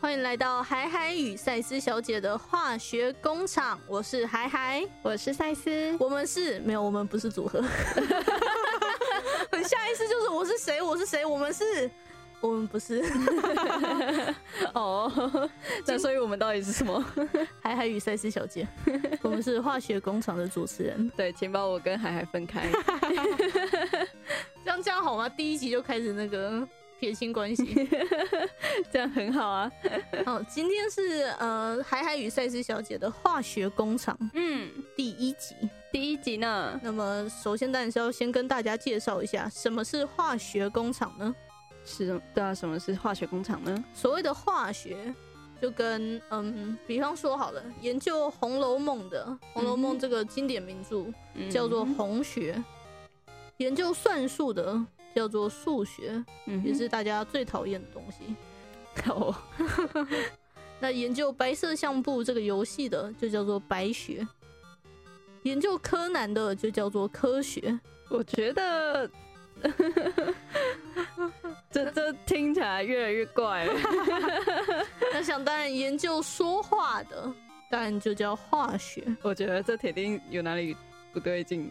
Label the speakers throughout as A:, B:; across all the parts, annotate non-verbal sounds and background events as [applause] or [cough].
A: 欢迎来到海海与赛斯小姐的化学工厂，我是海海，
B: 我是赛斯，
A: 我们是没有，我们不是组 [laughs] 合，很下意识就是我是谁，我是谁，我们是，我们不是 [laughs]
B: [laughs] 哦，那所以我们到底是什么？
A: 海海与赛斯小 [laughs] 姐，我们是化学工厂的主持人，
B: [laughs] 对，请把我跟海海分开。
A: 这样这样好吗？第一集就开始那个。撇清关系，
B: [laughs] 这样很好啊。
A: [laughs] 好，今天是呃海海与赛斯小姐的化学工厂
B: 嗯，
A: 第一集。
B: 第一集呢，
A: 那么首先当然是要先跟大家介绍一下什么是化学工厂呢？
B: 是对啊，什么是化学工厂呢？
A: 所谓的化学，就跟嗯，比方说好了，研究《红楼梦》的《红楼梦》这个经典名著、
B: 嗯
A: 叫做红学，研究算术的叫做数学，
B: 嗯哼
A: 也是大家最讨厌的东西。
B: 哦，
A: 那研究白色相簿这个游戏的就叫做白学，研究柯南的就叫做科学。
B: [laughs] 我觉得 [laughs] 这这听起来越来越怪 [laughs] 了。
A: 那想当然，研究说话的当然就叫化学。
B: 我觉得这铁定有哪里不对劲。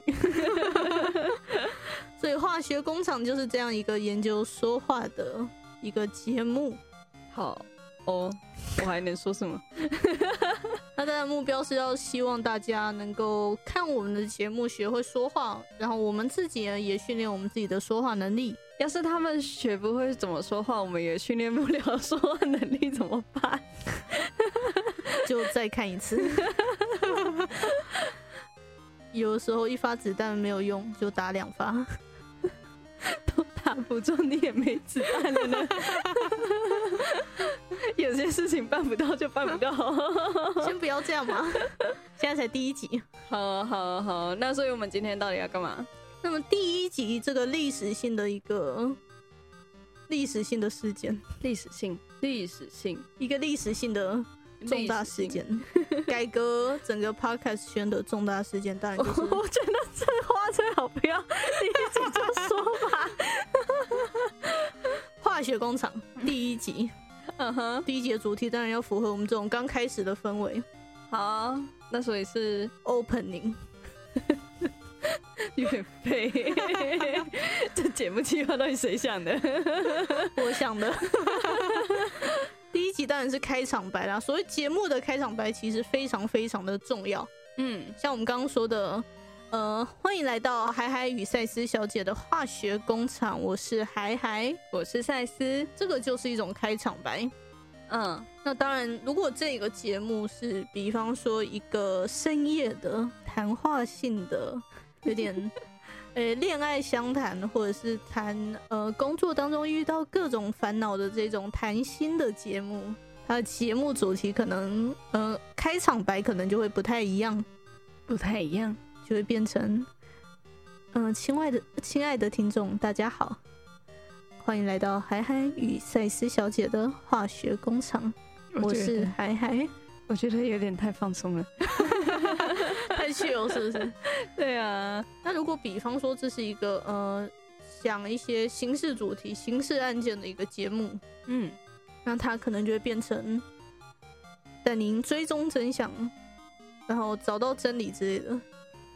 A: 所以化学工厂就是这样一个研究说话的一个节目。
B: 好哦，我还能说什么？
A: 那它的目标是要希望大家能够看我们的节目学会说话，然后我们自己呢也训练我们自己的说话能力。 [laughs]
B: 要是他们学不会怎么说话，我们也训练不了说话能力，怎么办？
A: 就再看一次。 [laughs] 有时候一发子弹没有用，就打两发。
B: 都 [laughs] 打不中，你也没子弹了呢。 [laughs] 有些事情办不到就办不到。 [laughs]
A: 先不要这样嘛，现在才第一集。
B: 好好好，那所以我们今天到底要干嘛？
A: 那么第一集这个历史性的一个历史性的事件，
B: 历史性，历史性，
A: 一个历史性的重大事件， [laughs] 改革整个 podcast 圈的重大事件，当然
B: 我 [laughs]
A: 就是
B: 我觉得这话最好不要第一集就说吧。
A: 化学工厂第一集。
B: [laughs] 嗯哼，
A: 第一集的主题当然要符合我们这种刚开始的氛围
B: 好，那所以是
A: ，opening。
B: 有点 [laughs] 废。这节目计划到底谁想的？
A: 我想的。第一集当然是开场白啦，所谓节目的开场白其实非常非常的重要。
B: [laughs] 嗯，
A: 像我们刚刚说的，呃，欢迎来到海海与赛斯小姐的化学工厂，我是海海，
B: 我是赛斯。
A: 这个就是一种开场白。
B: 嗯，
A: 那当然，如果这个节目是比方说一个深夜的谈话性的，有点 [laughs] 呃恋爱相谈，或者是谈呃工作当中遇到各种烦恼的这种谈心的节目，它的节目主题可能呃开场白可能就会不太一样，
B: 不太一样。
A: 就会变成嗯、呃亲爱的亲爱的听众，大家好。欢迎来到海海与赛斯小姐的化学工厂，我是海海。
B: 我觉得有点太放松了。
A: [laughs] 太自由是不是？
B: 对啊，
A: [laughs] 那如果比方说这是一个呃，讲一些刑事主题、刑事案件的一个节目，
B: 嗯，
A: 那它可能就会变成带您追踪真相，然后找到真理之类的。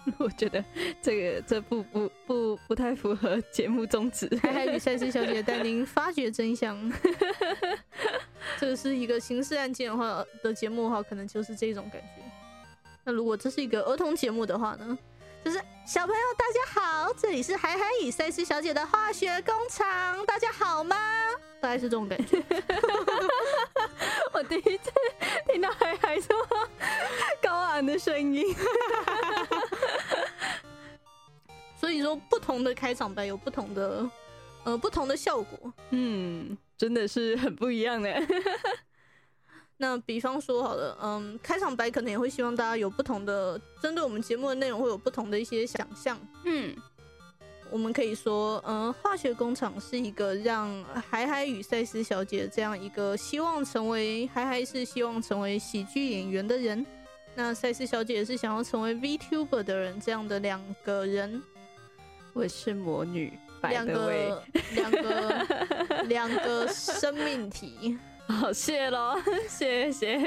B: [laughs] 我觉得这个这不不不不太符合节目宗旨。
A: 海海与赛斯小姐带您发掘真相。这是一个刑事案件的话的节目的话，可能就是这种感觉。那如果这是一个儿童节目的话呢？就是小朋友，大家好，这里是海海与赛斯小姐的化学工厂，大家好吗？大概是这种感觉。
B: [laughs] 我第一次听到海海这么高昂的声音。
A: 所以说，不同的开场白有不同的，呃，不同的效果。
B: 嗯，真的是很不一样的。
A: 那比方说好了，嗯，开场白可能也会希望大家有不同的，针对我们节目的内容会有不同的一些想象。
B: [laughs] 嗯，
A: 我们可以说，嗯，化学工厂是一个让海海与赛斯小姐这样一个希望成为海海是希望成为喜剧演员的人，那赛斯小姐也是想要成为 VTuber 的人，这样的两个人，
B: 我是魔女，by
A: 两
B: the way
A: 个两个两个生命体，
B: 好，谢喽， [laughs] 谢谢。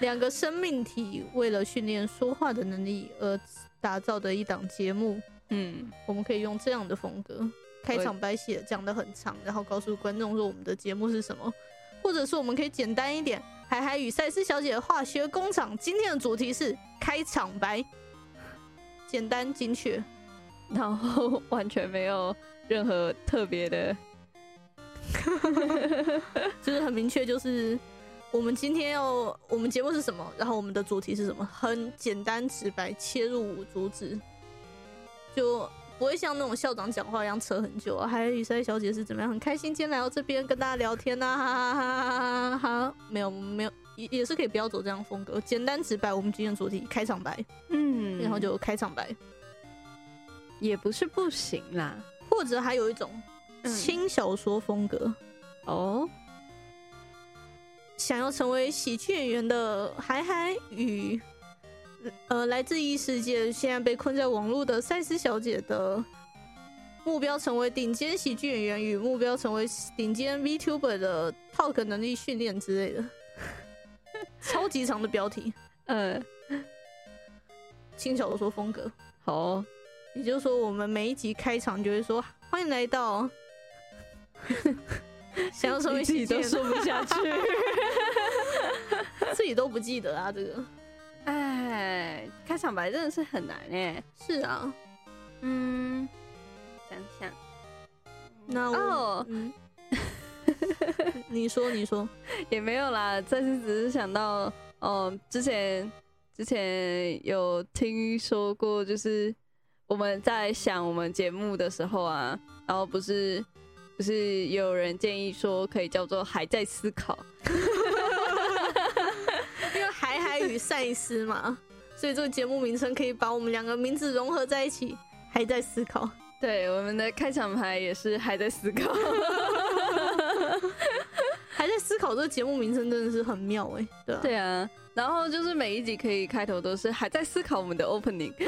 A: 两个生命体为了训练说话的能力而打造的一档节目，
B: [laughs] 嗯，
A: 我们可以用这样的风格，开场白写讲的很长，然后告诉观众说我们的节目是什么，或者是我们可以简单一点，海海与赛斯小姐的化学工厂今天的主题是开场白，简单精确，
B: 然后完全没有任何特别的，
A: 就是很明确，就是我们今天要我们节目是什么，然后我们的主题是什么，很简单直白，切入主旨，就不会像那种校长讲话一样扯很久啊。还有雨塞小姐是怎么样？很开心今天来到这边跟大家聊天呐、哈哈哈哈哈哈！没有没有，也也是可以不要走这样风格，简单直白。我们今天的主题开场白，
B: 嗯
A: 然后就开场白，
B: 也不是不行啦。
A: 或者还有一种轻小说风格。
B: 哦，
A: 想要成为喜剧演员的海海与，呃，来自异世界现在被困在网络的赛斯小姐的目标，成为顶尖喜剧演员与目标成为顶尖 VTuber 的 Talk 能力训练之类的， [laughs] 超级长的标题，
B: 呃，
A: 轻小说风格。
B: 好哦，
A: 也就是说，我们每一集开场就会说欢迎来
B: [laughs]
A: 到，想要成为
B: 你自
A: 喜剧
B: 己
A: 演
B: 都
A: 员
B: 说不下去。 [laughs]
A: 自己都不记得啊，这个
B: 哎，开场白真的是很难哎。
A: 是啊，
B: 嗯，想想，
A: 那我。
B: [laughs] 哦，
A: 嗯，你说，你说，
B: 也没有啦，暂时只是想到，嗯，之前之前有听说过，就是我们在想我们节目的时候啊，然后不是不是有人建议说可以叫做还在思考，
A: 因为 [laughs] 海海与赛斯嘛，所以这个节目名称可以把我们两个名字融合在一起。还在思考，
B: 对，我们的开场牌也是还在思考，
A: 还在思考这个节目名称真的是很妙哎、对啊，
B: [laughs] 对啊，然后就是每一集可以开头都是还在思考我们的 opening，
A: 哎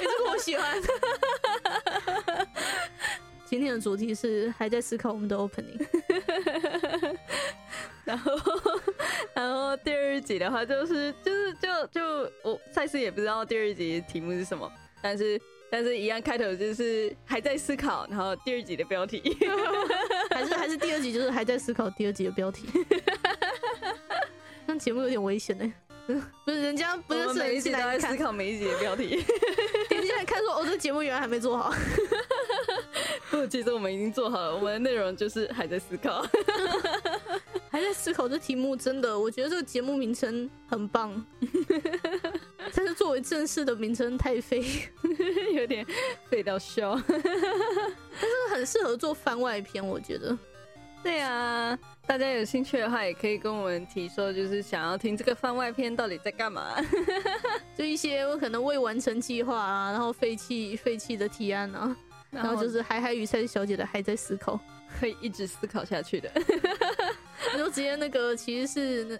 A: 这个我喜欢。 [laughs] 今天的主题是还在思考我们的 opening，
B: [laughs] 然后，然后第二集的话就是就是就就我赛斯也不知道第二集题目是什么，但是但是一样开头就是还在思考，然后第二集的标题
A: 还是还是第二集，就是还在思考第二集的标题。 [laughs] 那节目有点危险哎、 [laughs] 不是人家 [laughs] 不
B: 我
A: 认
B: 们
A: 识的
B: 每一
A: 人
B: 集
A: 进
B: 都在
A: 来
B: 思
A: 看，
B: 考每一集的标题。 [laughs]
A: 点进来看说哦，这节目原来还没做好。
B: 不，其实我们已经做好了，我们的内容就是还在思考。 [laughs]
A: 还在思考这题目，真的，我觉得这个节目名称很棒， [laughs] 但是作为正式的名称太飞，
B: 有点废到笑。
A: 这很适合做番外篇，我觉得。
B: 对啊，大家有兴趣的话，也可以跟我们提说，就是想要听这个番外篇到底在干嘛。 [laughs]
A: 就一些我可能未完成计划啊，然后废弃废弃的提案啊，然后就是海海与赛小姐的还在思考， [laughs]
B: 可以一直思考下去的。
A: 我就直接那个其实是那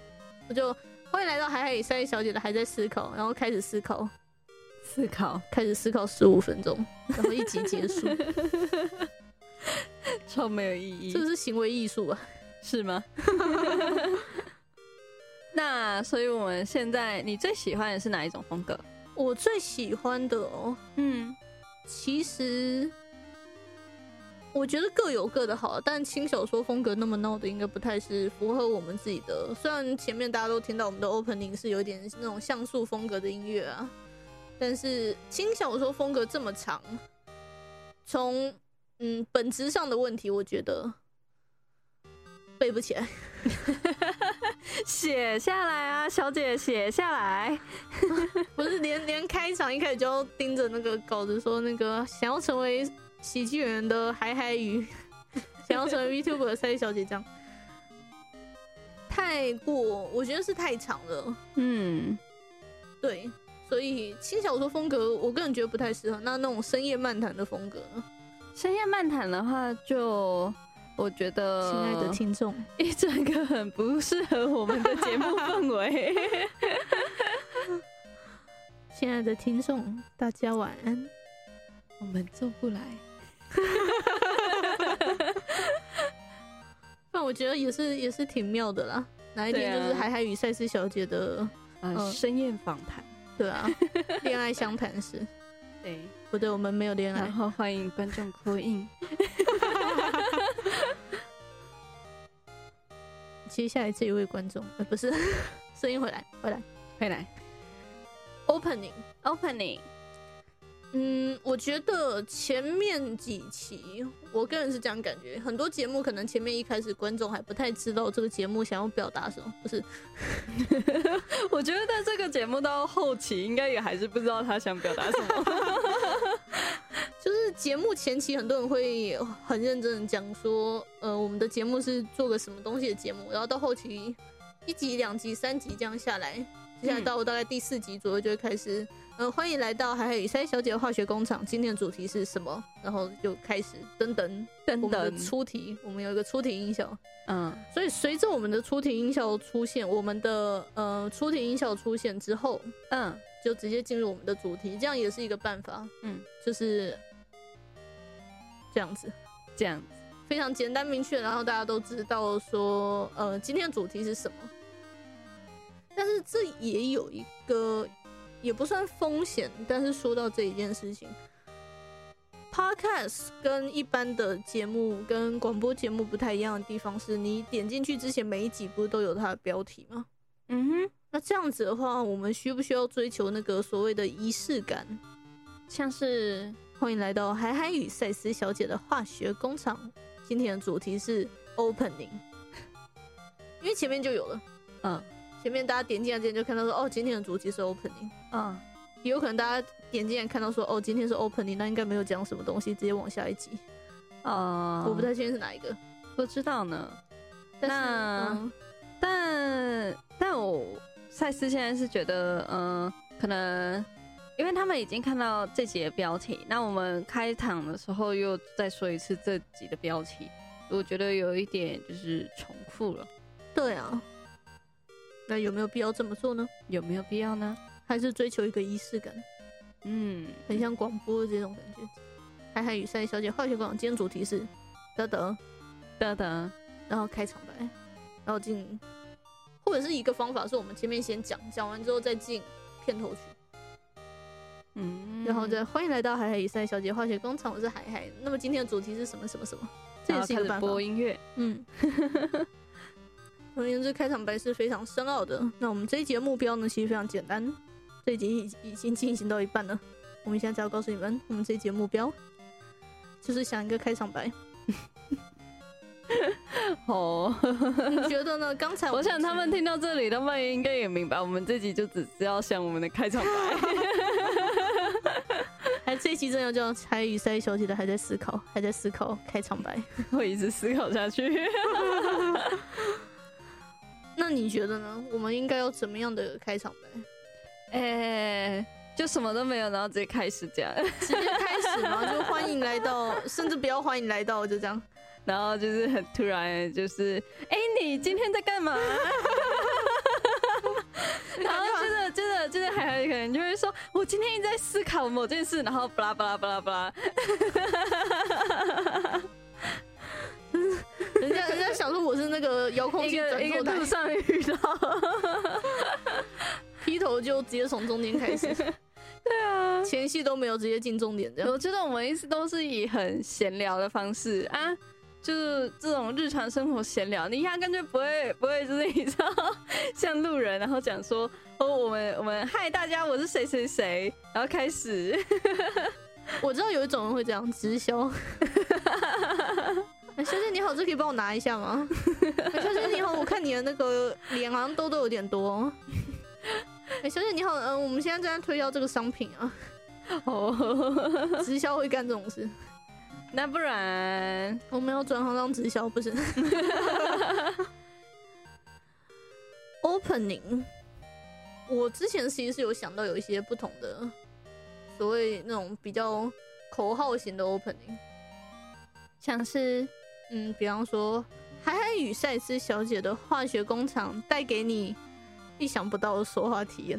A: 我就欢迎来到海海与赛小姐的还在思考，然后开始思考，
B: 思考
A: 开始思考十五分钟，然后一集结束，
B: [laughs]
A: [laughs]
B: 超没有意义
A: 这，是行为艺术啊。
B: 是 [laughs] 吗？那所以我们现在你最喜欢的是哪一种风格？
A: 我最喜欢的哦，
B: 嗯，
A: 其实我觉得各有各的好，但轻小说风格那么闹的，应该不太是符合我们自己的。虽然前面大家都听到我们的 opening 是有点那种像素风格的音乐啊，但是轻小说风格这么长，从嗯本质上的问题，我觉得背不起来。
B: 写下来啊，小姐写下来。
A: 不是连连开场一开始就要盯着那个稿子说那个想要成为喜剧人的海海鱼， [laughs] 想要成为 VTuber 的赛小姐这样，太过我觉得是太长了，
B: 嗯，
A: 对，所以轻小说风格我个人觉得不太适合。那那种深夜漫谈的风格呢？
B: 深夜漫谈的话就。我觉得，
A: 亲爱的听众，
B: 一整个很不适合我们的节目氛围。
A: 亲爱的听众，大家晚安。
B: [laughs] 我 [laughs] 们做不来。
A: 但我觉得也是也是挺妙的啦。哪一天
B: 对啊
A: 就是海海与赛斯小姐的，
B: 呃，
A: 嗯
B: 深夜访谈，
A: 对
B: [laughs]
A: 啊，恋爱相谈室。
B: 对，
A: 不对，我们没有恋
B: 然
A: 爱。
B: 后欢迎观众扣印。
A: 接下来这一位观众，呃，不是， [laughs] 声音回来，回来。
B: 快来
A: Opening，
B: opening，
A: 嗯，我觉得前面几期，我个人是这样感觉，很多节目可能前面一开始观众还不太知道这个节目想要表达什么，不是，
B: 我觉得这个节目到后期应该也还是不知道他想表达什 [laughs] 么。
A: 就是节目前期很多人会很认真的讲说，呃，我们的节目是做个什么东西的节目，然后到后期一集、两集、三集这样下来，接下来到大概第四集左右就会开始，呃，欢迎来到海海与塞小姐的化学工厂，今天的主题是什么？然后就开始噔噔
B: 等
A: 我们的
B: 等，
A: 出题，我们有一个出题音效，
B: 嗯，
A: 所以随着我们的出题音效出现，我们的呃出题音效出现之后，
B: 嗯，
A: 就直接进入我们的主题，这样也是一个办法。
B: 嗯，
A: 就是这样子，
B: 这样子，
A: 非常简单明确，然后大家都知道说，呃，今天的主题是什么。但是这也有一个，也不算风险，但是说到这一件事情，podcast 跟一般的节目跟广播节目不太一样的地方是，你点进去之前每一集不是都有它的标题吗？
B: 嗯
A: 那这样子的话，我们需不需要追求那个所谓的仪式感？
B: 哼，像是
A: 欢迎来到海海与赛斯小姐的化学工厂。今天的主题是 opening，因为前面就有了，
B: 嗯
A: 前面大家点进来之前就看到说，哦，今天的主题是 opening，
B: 嗯
A: 也有可能大家点进来看到说，哦，今天是 opening，那应该没有讲什么东西，直接往下一集。
B: 哦，
A: 我不太确定是哪一个，
B: 不知道呢，
A: 但
B: 那
A: 是嗯
B: 但但我赛斯现在是觉得，嗯、可能因为他们已经看到这集的标题，那我们开场的时候又再说一次这集的标题，我觉得有一点就是重复了，
A: 对啊，那有没有必要这么做呢？
B: 有没有必要呢？
A: 还是追求一个仪式感？
B: 嗯，
A: 很像广播这种感觉。海海与赛小姐化学广场，今天主题是得得，
B: 等等，
A: 然后开场白，然后进，或者是一个方法是我们前面先讲，讲完之后再进片头曲，
B: 嗯，
A: 然后再欢迎来到海海与赛小姐化学工厂，我是海海。那么今天的主题是什么什么什么？这
B: 然
A: 也
B: 后
A: 是一
B: 开
A: 个
B: 始
A: 办法。
B: 播音乐，
A: 嗯。 [laughs] 总而言之，开场白是非常深奥的。那我们这一集的目标呢，其实非常简单。这一集已已经进行到一半了，我们现在只要告诉你们，我们这一集的目标就是想一个开场白。
B: 哦，
A: 你觉得呢？刚才
B: [laughs] 我
A: 们
B: 想他们
A: 是
B: 听到这里，他们应该也明白，我们这集就只是要想我们的开场白。
A: 哎，这一集真的叫海与塞小姐的还在思考，还在思考开场白。
B: [laughs] 会一直思考下去。 [laughs]
A: 那你觉得呢？我们应该要怎么样的开场白？
B: 哎、就什么都没有，然后直接开始这样，
A: 直接开始吗？就欢迎来到，甚至不要欢迎来到，就这样。
B: [laughs] 然后就是很突然，就是哎、你今天在干嘛？ [laughs] 然后接着接着接着，海海可能就会说，我今天一直在思考某件事，然后巴拉巴拉巴拉巴拉，
A: 人家人家想说我是那个遥控
B: 一
A: 器
B: 个
A: 转
B: 一
A: 错
B: 个
A: 台
B: 路，上遇到，
A: 劈头就直接从终点开始，
B: [laughs] 对啊。
A: 前戏都没有，直接进终点这样。
B: 我觉得我们一直都是以很闲聊的方式啊，就是这种日常生活闲聊，你压根就不会不会就是 [laughs] 你知道像路人，然后讲说哦，我们我们嗨大家，我是谁谁谁，然后开始，
A: 我知道有一种人会这样直销。哎小姐你好，这可以帮我拿一下吗？哎小姐你好，我看你的那个脸好像痘痘有点多哦。哎，小姐你好，嗯、我们现在正在推销这个商品啊，
B: 哦，
A: 直销会干这种事，
B: [laughs] 那不然
A: 我们要转行当直销不是？Opening，我之前其实是有想到有一些不同的，所谓那种比较口号型的 opening，像是嗯，比方说海海与赛斯小姐的化学工厂带给你意想不到的说话体验。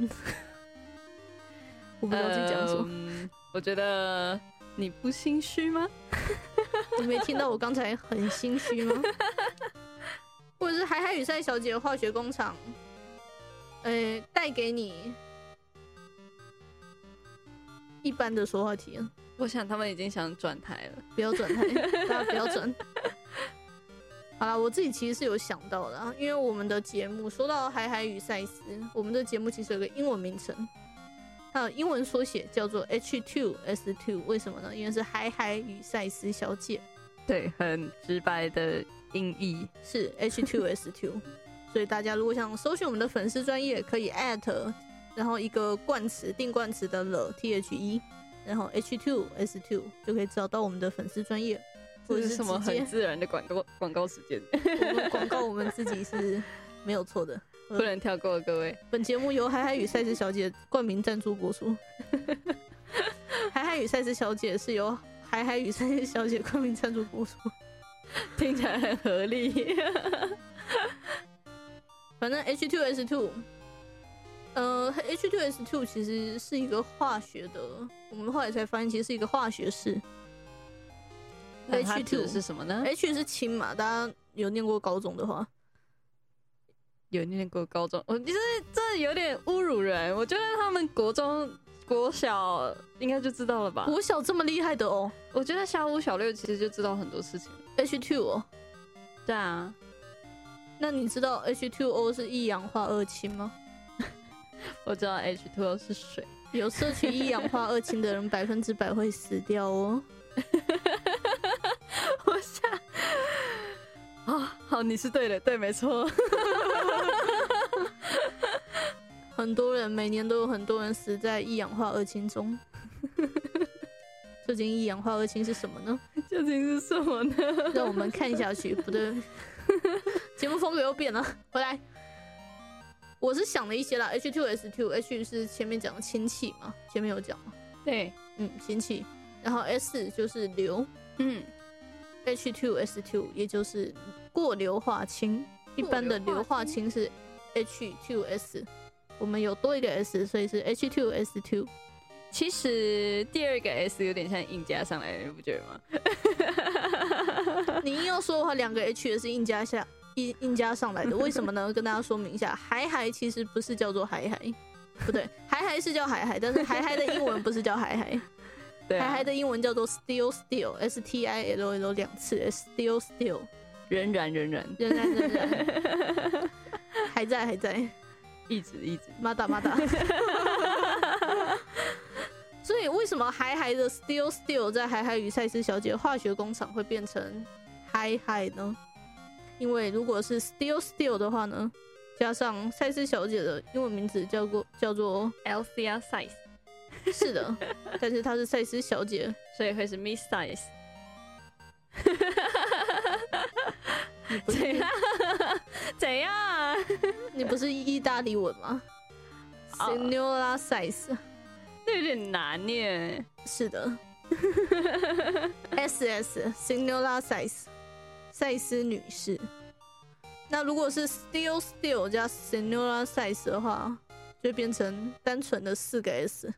A: [laughs] 我不知道自己讲什么，
B: 嗯我觉得你不心虚吗？
A: [laughs] 你没听到我刚才很心虚吗？或者是《海海与赛小姐的化学工厂》，呃，带给你一般的说话啊体验。
B: 我想他们已经想转台了。
A: 不要转台，大家不要转。好啦，我自己其实是有想到的啊，因为我们的节目说到海海与赛斯，我们的节目其实有个英文名称，它有英文缩写叫做 H two S two，为什么呢？因为是海海与赛斯小姐，
B: 对，很直白的音译。
A: 是 H two S two，所以大家如果想搜寻我们的粉丝专业，可以 at，然后一个冠词定冠词的了 T H E，然后 H two S two 就可以找到我们的粉丝专业，或者
B: 这是
A: 是
B: 什么
A: 直接嗯
B: 很自然的广告广告时间，
A: 我们广告我们自己是没有错的。
B: 不能跳过各位。
A: 本节目由海海与赛斯小姐冠名赞助播出。 [laughs] 海海与赛斯小姐是由海海与赛斯小姐冠名赞助播出。
B: 听起来很合理。
A: 反正 H two S two，呃，H two S two 其实是一个化学的，我们后来才发现其实是一个化学式。
B: [laughs] 那它
A: H
B: 指
A: two
B: 的是什么 [laughs] 呢？
A: H 是氢嘛，大家有念过高中的话，
B: 有念过高中，我就是这有点侮辱人。我觉得他们国中、国小应该就知道了吧？
A: 国小这么厉害的哦
B: 我觉得小五、小六其实就知道很多事情。
A: ，H two 哦。
B: 对啊，
A: 那你知道 H two O 是一氧化二氢吗？
B: 我知道 H2O 是水，
A: 有摄取一氧化二氢的人， [laughs] 百分之百会死掉哦。
B: 我下啊、好，你是对的，对，没错， [laughs]
A: 很多人每年都有很多人死在一氧化二氢中。 [laughs] 究竟一氧化二氢是什么呢？
B: 究竟是什么呢？
A: [laughs] 让我们看下去。不对， [laughs] 节目风格又变了。回来，我是想了一些啦。H two S two H 是前面讲的氢气嘛，前面有讲嘛，
B: 对，
A: 嗯，氢气。然后 S 就是硫
B: 嗯，
A: ，H two S two 也就是过硫化氢。一般的硫化氢是 H2S，我们有多一个 S，所以是 H2S2。
B: 其实第二个 S 有点像硬加上来的，你不觉得
A: [laughs]
B: 吗？
A: 你硬要说的话，两个 H 也是硬加下硬硬加上来的，为什么呢？跟大家说明一下，海海其实不是叫做海海，不对，海海是叫海海，但是海海的英文不是叫海海，
B: [laughs] 对、
A: 海
B: 啊，
A: 海的英文叫做 Still Still，S T I L L 两次，Still Still，
B: 仍然仍然
A: 仍然仍然
B: [laughs]
A: 还在还在。
B: 一直一直，
A: 马达马达。 [laughs] 所以为什么海海的 Still Still 在海海与赛斯小姐化学工厂会变成海海呢？因为如果是 Still Still 的话呢，加上赛斯小姐的英文名字叫过叫做
B: LCR size，
A: 是的， [laughs] 但是她是赛斯小姐，
B: 所以会是 Miss size。
A: 你不
B: 怎
A: 是
B: 样？ [laughs] 怎样？
A: 你不是意大利文吗
B: 哦
A: s e n o r a Size
B: 这有点难耶。
A: 是的，S S Singular Size，赛斯女士。那如果是 Still Still 加 Singular Size 的话，就变成单纯的四个 S。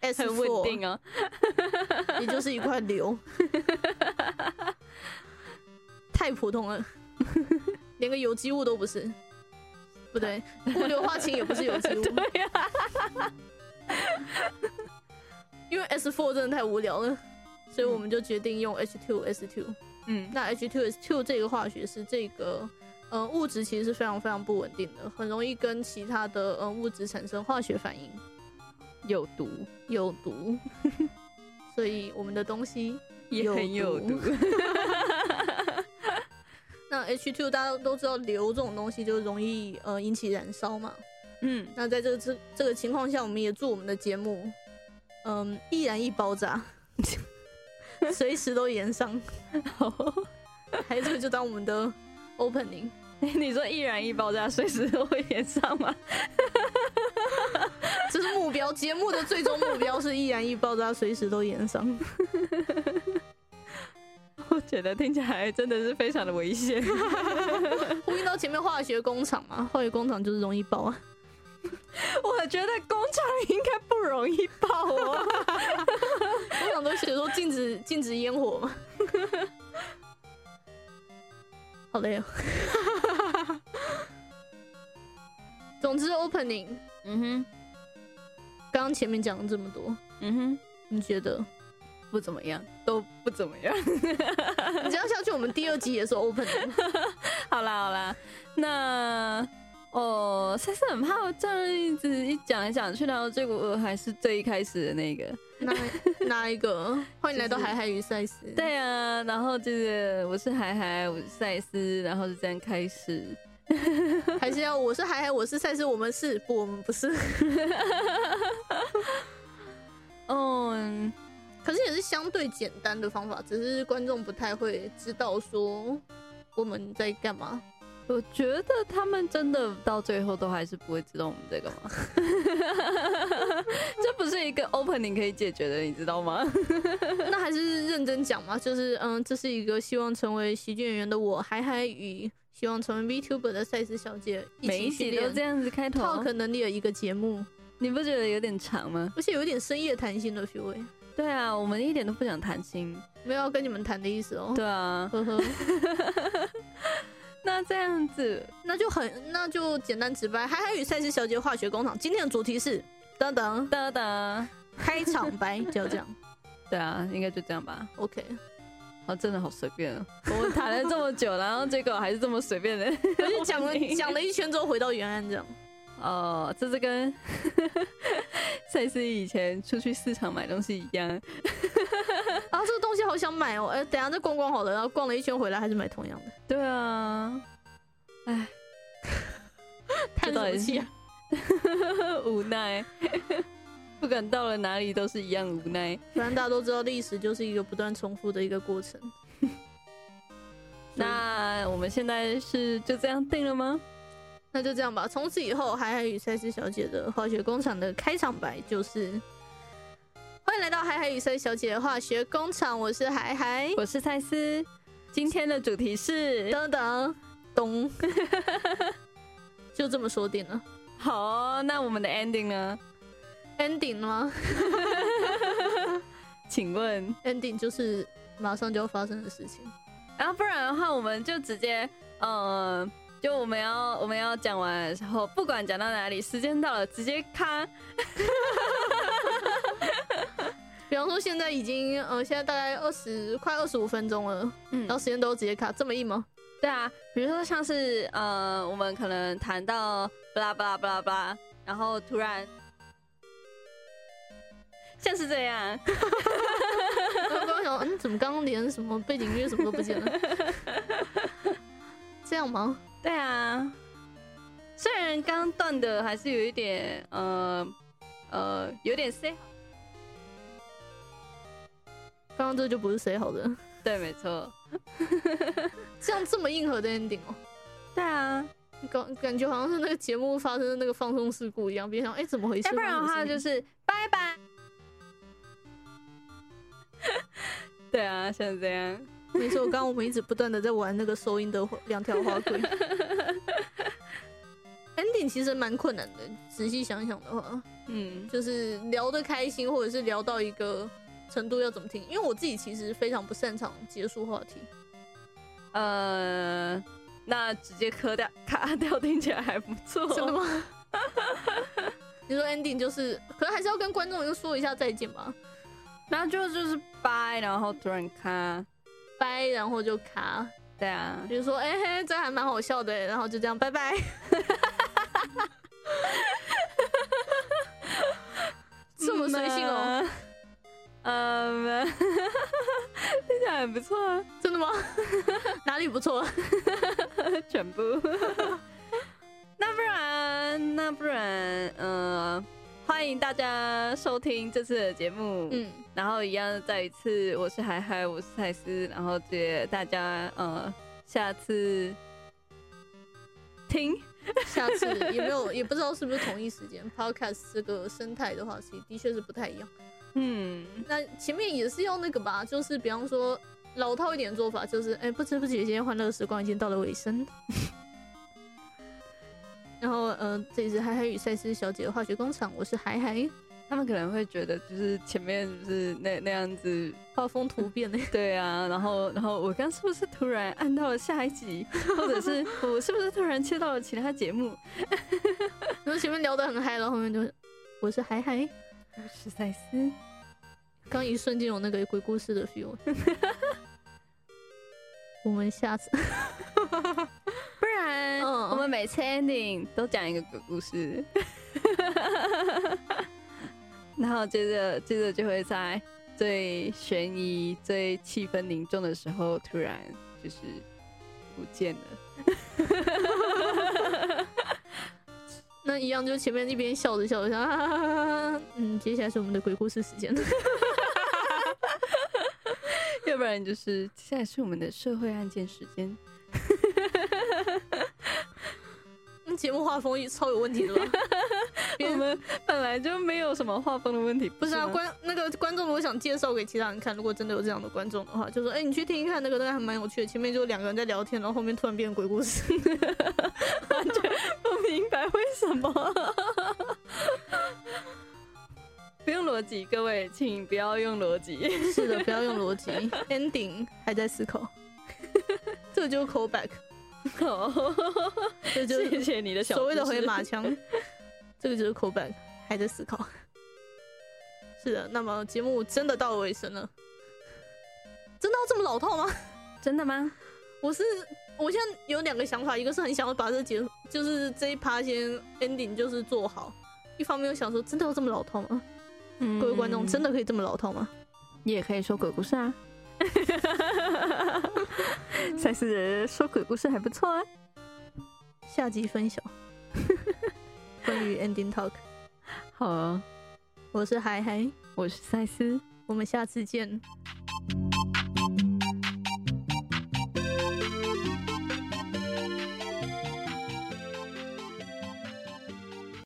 A: S
B: 很稳定啊
A: 啊，
B: 哦，
A: 也就是一块硫，太普通了， [laughs] 连个有机物都不是。不
B: [laughs]
A: 对，过硫化氢也不是有机物，
B: 对啊呀、
A: 因为 S four 真的太无聊了，所以我们就决定用 H two S two。
B: 嗯，
A: 那 H2S2 这个化学式，这个呃物质其实是非常非常不稳定的，很容易跟其他的呃物质产生化学反应，
B: 有毒
A: 有毒。 [laughs] 所以我们的东西，
B: 也很
A: 有
B: 有毒
A: 毒，那 H2 大家都知道硫这种东西就容易呃引起燃烧嘛。
B: [laughs] 嗯，
A: 那在这个这这个情况下，我们也祝我们的节目，嗯、易燃易爆炸， [laughs] 随时都延上。
B: 好，
A: 还有这个就当我们的 opening。
B: 哎你说易燃易爆炸，随时都会演上吗？
A: 这是目标，节目的最终目标是易燃易爆炸，随时都延上。
B: 我觉得听起来真的是非常的危险。
A: 呼应到前面化学工厂嘛，化学工厂就是容易爆啊。
B: [laughs] 我觉得工厂应该不容易爆哦。
A: 工厂都写说禁止禁止烟火嘛。好累哦。哦总之，opening
B: 嗯
A: 刚刚前面讲了这么多，
B: 哼，嗯
A: 你觉得？
B: 哼，不怎么样，都不怎么样。
A: 你这样下去，我们第二集也是 opening。
B: [laughs] 好啦好啦，那哦，赛斯很怕我这样一直一讲一讲去，然后结果我呃还是最一开始的那个。
A: 那那一个？欢迎来到
B: 就是
A: 海海与赛斯。
B: 对啊，然后就是我是海海，我是赛斯，然后就这样开始。
A: 还是要我是海海，我是赛斯，我们是不，我们不是。
B: 嗯，
A: 可是也是相对简单的方法，只是观众不太会知道说我们在干嘛。 [laughs]
B: 我觉得他们真的到最后都还是不会知道我们在干嘛。 [laughs] 这不是一个 opening 可以解决的，你知道
A: [laughs]
B: 吗？
A: 那还是认真讲嘛，就是嗯，这是一个希望成为喜剧演员的我，海海与希望成为 VTuber 的赛斯小姐一
B: 每一
A: 起训
B: 集都这
A: 练
B: 样子开头，
A: talk 能力的一个节目，
B: 你不觉得有点长吗？
A: 而且有点深夜谈心的趣味，
B: 对啊，我们一点都不想谈心。
A: 没有要跟你们谈的意思哦。
B: 对啊，
A: 呵 [laughs] 呵，
B: 那这样子，
A: 那就很，那就简单直白。海海与赛斯小姐化学工厂，今天的主题是等等
B: 哒哒，
A: 开场白，就这样。
B: 对啊，应该就这样吧。
A: OK，
B: 哦，真的好随便啊！我们谈了这么久，然后结果还是这么随便的。
A: 而且讲 [laughs] 了讲了一圈之后回到原案这样。
B: 哦，这是跟 [laughs] 赛斯以前出去市场买东西一样。
A: 啊，这个东西好想买哦！哎、等一下再逛逛好了。然后逛了一圈回来，还是买同样的，
B: 对啊，哎，
A: 叹
B: 这到
A: 什
B: 底
A: 么
B: 是
A: 气啊？
B: 无奈， [laughs] 不管到了哪里都是一样无奈。
A: 反正大家都知道，历史就是一个不断重复的一个过 [laughs] 程。那
B: 那我们现在是就这样定了吗？
A: 那就这样吧。从此以后，海海与赛斯小姐的化学工厂的开场白就是：欢迎来到海海与赛斯小姐的化学工厂，我是海海。
B: 我是赛斯，今天的主题是
A: 等等，咚， [laughs] 就这么说定了。
B: 好哦、那我们的 ending 呢？
A: ending 了吗
B: 请问
A: ？ending 就是马上就要发生的事情。
B: 啊，不然的话，我们就直接，嗯，就我们要我们要讲完的时候，不管讲到哪里，时间到了直接咔。
A: 比方说现在已经呃，现在大概二十快二十五分钟了，
B: 嗯
A: 然后时间都直接卡，这么硬
B: [laughs]
A: 吗？
B: 对啊，比如说像是呃，我们可能谈到巴拉巴拉巴拉巴拉，然后突然像是这样， [laughs]
A: 然后刚刚想说，嗯，怎么刚刚连什么背景音乐什么都不见了？ [laughs] 这样吗？
B: 对啊，虽然刚刚断的还是有一点呃呃有点 C，
A: 刚刚这就不是谁好的，
B: 对，没错，
A: 这样这么硬核的 ending 哦、
B: 对啊，
A: 感感觉好像是那个节目发生的那个放松事故一样，别想哎、怎么回事？
B: 要不然的
A: 发
B: 话
A: 生什么
B: 就
A: 事
B: 是拜拜。 [laughs] 对啊，像这样，
A: 没错，刚刚我们一直不断的在玩那个收音的两条花轨。ending 其实蛮困难的，仔细想想的话，
B: 嗯，
A: 就是聊得开心，或者是聊到一个程度要怎么听。因为我自己其实非常不擅长结束话题，
B: 呃，那直接磕掉 [laughs] 卡掉听起来还不错，
A: 真的？吗？ [laughs] 你说 ending 就是，可能还是要跟观众就说一下再见吧，
B: 然后就就是拜，然后突然咔，
A: 拜，然后就卡，
B: 对啊，
A: 比如说哎、嘿，这还蛮好笑的，然后就这样拜 [laughs] 拜。这么随性哦、
B: 嗯。呃，嗯 [laughs] 听起来很不错啊，
A: 真的 [laughs] 吗？哪里不错？
B: 全部。 [laughs] 那不然，那不然，呃，欢迎大家收听这次的节目。
A: 嗯，
B: 然后一样再一次，我是海海，我是蔡斯，然后谢大家呃，下次听
A: 下次也没 [laughs] 有，也不知道是不是同一时间。Podcast 这个生态的话，其实的确是不太一样。
B: 嗯，
A: 那前面也是要那个吧，就是比方说老套一点的做法，就是哎、不知不觉今天欢乐的时光已经到了尾声。 [laughs] 然后，呃，这里是海海与赛斯小姐的化学工厂，我是海海。
B: 他们可能会觉得就是前面就是那那样子，
A: 画风突变的，
B: 对啊，然后然后我刚是不是突然按到了下一集，或者是我是不是突然切到了其他节目？
A: 然后前面聊得很嗨，然后后面就我是海海，
B: 我是赛斯，
A: 刚一瞬间有那个鬼故事的 feel。我们下次，
B: 不然、
A: 嗯
B: 我们每次 ending 都讲一个鬼故事， [laughs] 然后接着接着就会在最悬疑、最气氛凝重的时候，突然就是不见了。
A: 那一样，就前面一边笑着笑着笑，啊、嗯，接下来是我们的鬼故事时间。
B: 要不然就是接下来是我们的社会案件时间。
A: 那节目画风超有问题的吧？
B: 我们本来就没有什么画风的问题，不
A: 不是啊，
B: 吗
A: 观那个观众如果想介绍给其他人看，如果真的有这样的观众的话，就说：“哎、你去听一看，那个大概还蛮有趣的。”前面就两个人在聊天，然后后面突然变成鬼故事。
B: 完全不明白为什么。不用逻辑，各位，请不要用逻辑。
A: 是的，不要用逻辑。Ending 还在思考，这就是 callback，这就
B: 谢
A: 是
B: 谢你的小
A: 所谓的回马 [laughs]
B: 马。
A: 枪，这个就是 callback，还在思考。是的，那么节目真的到了尾声了，真的要这么老套吗？
B: 真的吗？
A: 我是我现在有两个想法，一个是很想要把这节就是这一趴先 ending 就是做好，一方面又想说真的要这么老套吗？
B: 嗯
A: 各位观众真的可以这么老套吗？
B: 也可以说鬼故事啊。 [laughs] 赛斯人说鬼故事还不错啊。
A: 下集分享 [laughs] 关于 ending talk，
B: 好啊，
A: 我是海海，
B: 我是赛斯。
A: 我们下次见。